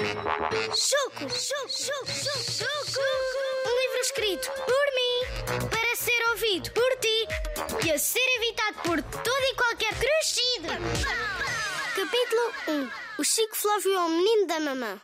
Chuco, chuco, chuco, chuco, chuco. Um livro escrito por mim, para ser ouvido por ti e a ser evitado por todo e qualquer crescido. Capítulo 1. O Chico Flávio é o menino da mamã.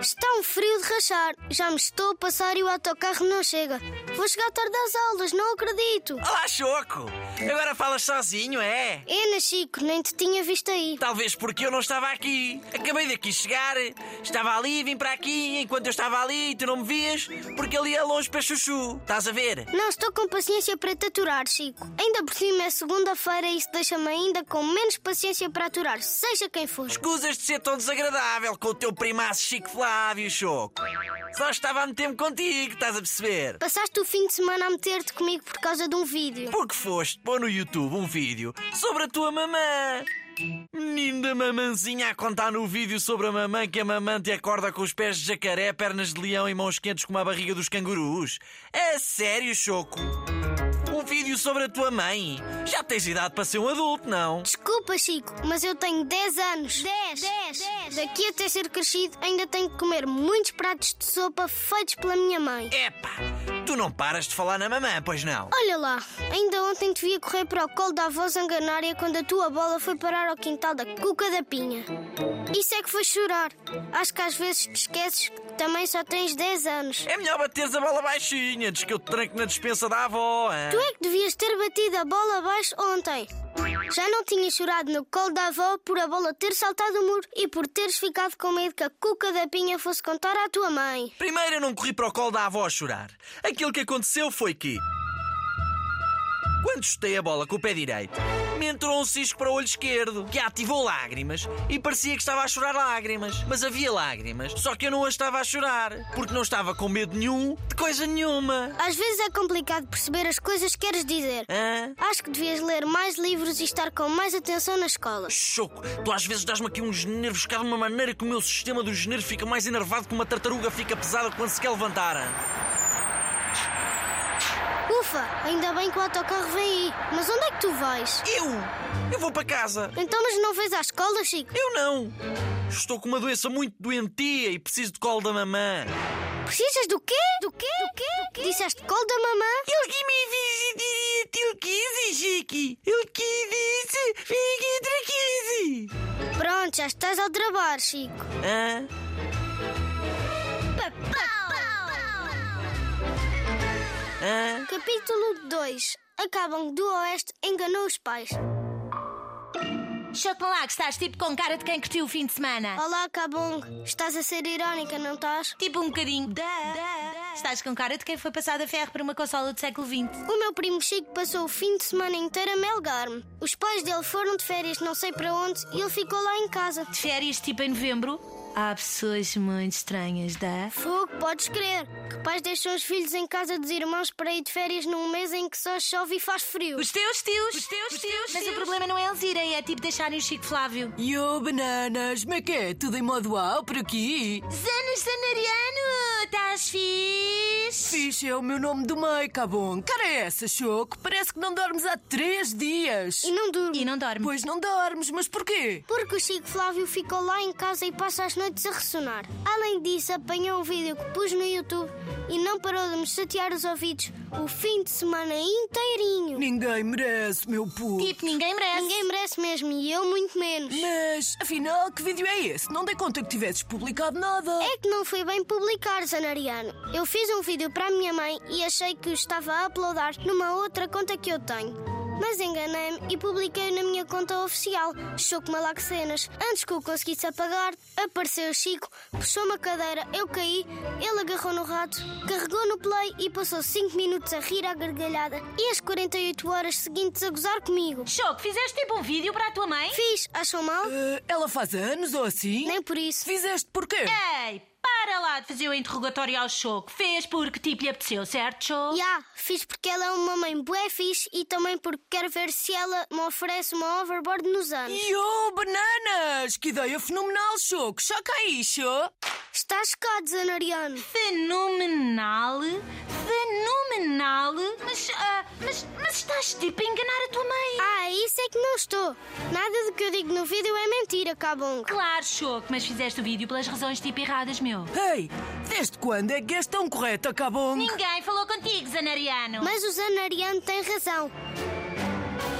Está um frio de rachar. Já me estou a passar e o autocarro não chega. Vou chegar tarde às aulas, não acredito. Olá, Choco! Agora falas sozinho, é? Ana Chico, nem te tinha visto aí. Talvez porque eu não estava aqui. Acabei daqui chegar. Estava ali, vim para aqui. Enquanto eu estava ali, tu não me vias, porque ali é longe para Chuchu. Estás a ver? Não estou com paciência para te aturar, Chico. Ainda por cima é segunda-feira e isso deixa-me ainda com menos paciência para aturar, seja quem for. Escusas de ser tão desagradável com o teu primaço Chico Flávio, Choco. Só estava a meter-me contigo, estás a perceber? Passaste o fim de semana a meter-te comigo por causa de um vídeo. Porque foste pôr no YouTube um vídeo sobre a tua mamã. Menino da mamãzinha a contar no vídeo sobre a mamã que a mamã te acorda com os pés de jacaré, pernas de leão e mãos quentes como a barriga dos cangurus. É sério, Choco? Um vídeo sobre a tua mãe? Já tens idade para ser um adulto, não? Desculpa, Chico, mas eu tenho 10 anos. 10, 10, Daqui até ser crescido, ainda tenho que comer muitos pratos de sopa feitos pela minha mãe. Epá, tu não paras de falar na mamã, pois não? Olha lá, ainda ontem te vi a correr para o colo da avó zanganária quando a tua bola foi parar ao quintal da cuca da pinha. Isso é que foi chorar. Acho que às vezes te esqueces que também só tens 10 anos. É melhor bateres a bola baixinha, diz que eu te tranco na dispensa da avó, hein? Tu é que devias ter batido a bola abaixo ontem. Já não tinhas chorado no colo da avó por a bola ter saltado o muro e por teres ficado com medo que a cuca da pinha fosse contar à tua mãe. Primeiro eu não corri para o colo da avó a chorar. Aquilo que aconteceu foi que. Quando chutei a bola com o pé direito, me entrou um cisco para o olho esquerdo, que ativou lágrimas e parecia que estava a chorar lágrimas. Mas havia lágrimas, só que eu não as estava a chorar, porque não estava com medo nenhum de coisa nenhuma. Às vezes é complicado perceber as coisas que queres dizer. Hã? Acho que devias ler mais livros e estar com mais atenção na escola. Choco, tu às vezes dás-me aqui uns nervos cá de uma maneira que o meu sistema dos nervos fica mais enervado que uma tartaruga fica pesada quando se quer levantar. Ufa, ainda bem que o autocarro vem aí. Mas onde é que tu vais? Eu? Eu vou para casa. Então, mas não vais à escola, Chico? Eu não. Estou com uma doença muito doentia e preciso de colo da mamã. Precisas do quê? Do quê? Do quê? Disseste colo da mamã? Ele que me visite, ele quis, Chique. Ele que disse, fique tranquilo. Pronto, já estás ao trabalho, Chico. Hã? Hã? Capítulo 2 Acabam do Oeste enganou os pais. Chuta-me lá que estás tipo com cara de quem curtiu o fim de semana. Olá, Cabong. Estás a ser irónica, não estás? Tipo um bocadinho. Da, Estás com cara de quem foi passado a ferro por uma consola do século XX. O meu primo Chico passou o fim de semana inteiro a melgar-me. Os pais dele foram de férias não sei para onde e ele ficou lá em casa. De férias, tipo em novembro. Há pessoas muito estranhas, dá? Fogo, podes crer. Que pais deixam os filhos em casa dos irmãos para ir de férias num mês em que só chove e faz frio. Os teus tios. Os teus tios. Mas o problema não é eles irem, é tipo deixarem o Chico Flávio. Yo, oh, bananas, mas que é? Tudo em modo au por aqui? Zanos Zanariano, estás fixe? Fixe é o meu nome do meio, cabum. Cara é essa, Choco? Parece que não dormes há três dias. E não durmo. E não dorme. Pois não dormes, mas porquê? Porque o Chico Flávio ficou lá em casa e passa as noites a ressonar. Além disso, apanhou um vídeo que pus no YouTube e não parou de me chatear os ouvidos o fim de semana inteirinho. Ninguém merece, meu puto. Tipo, ninguém merece. Ninguém merece mesmo e eu muito menos. Mas, afinal, que vídeo é esse? Não dei conta que tivesses publicado nada. É que não foi bem publicar, Zanariano. Eu fiz um vídeo para a minha mãe e achei que o estava a uploadar numa outra conta que eu tenho. Mas enganei-me e publiquei na minha conta oficial, Choco Malaxenas. Antes que eu conseguisse apagar, apareceu o Chico, puxou-me a cadeira, eu caí, ele agarrou no rato, carregou no play e passou 5 minutos a rir à gargalhada e as 48 horas seguintes a gozar comigo. Choco, fizeste tipo um vídeo para a tua mãe? Fiz, achou mal? Ah, ela faz anos ou assim? Nem por isso. Fizeste porquê? Ei, para lá de fazer o interrogatório ao Choco. Fez porque tipo lhe apeteceu, certo, Choco? Já, fiz porque ela é uma mãe bué fixe e também porque quero ver se ela me oferece uma overboard nos anos. oh, Yo, bananas! Que ideia fenomenal, Choco. Choca aí, Choco. Estás cá, Zanariano. Fenomenal, fenomenal. Mas, ah, mas, mas estás tipo a enganar a tua mãe. Ah, isso é que não estou. Nada do que eu digo no vídeo é mentira, Cabongo. Claro, Choco, mas fizeste o vídeo pelas razões tipo erradas, meu. Ei, desde quando é que és tão correta, Cabong? Ninguém falou contigo, Zanariano. Mas o Zanariano tem razão.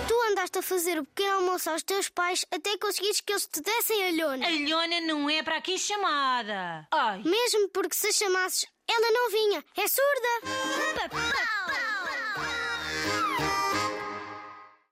Tu andaste a fazer o pequeno almoço aos teus pais até conseguires que eles te dessem a lhona. A Lhona não é para aqui chamada. Ai. Mesmo porque se a chamasses, ela não vinha. É surda. Papá.